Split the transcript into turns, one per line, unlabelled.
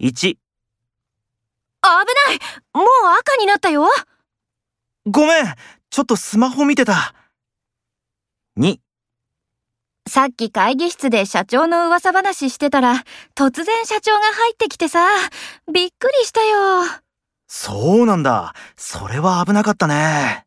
1
危ないもう赤になったよ
ごめんちょっとスマホ見てた
2
さっき会議室で社長の噂話してたら、突然社長が入ってきてさ、びっくりしたよ。
そうなんだそれは危なかったね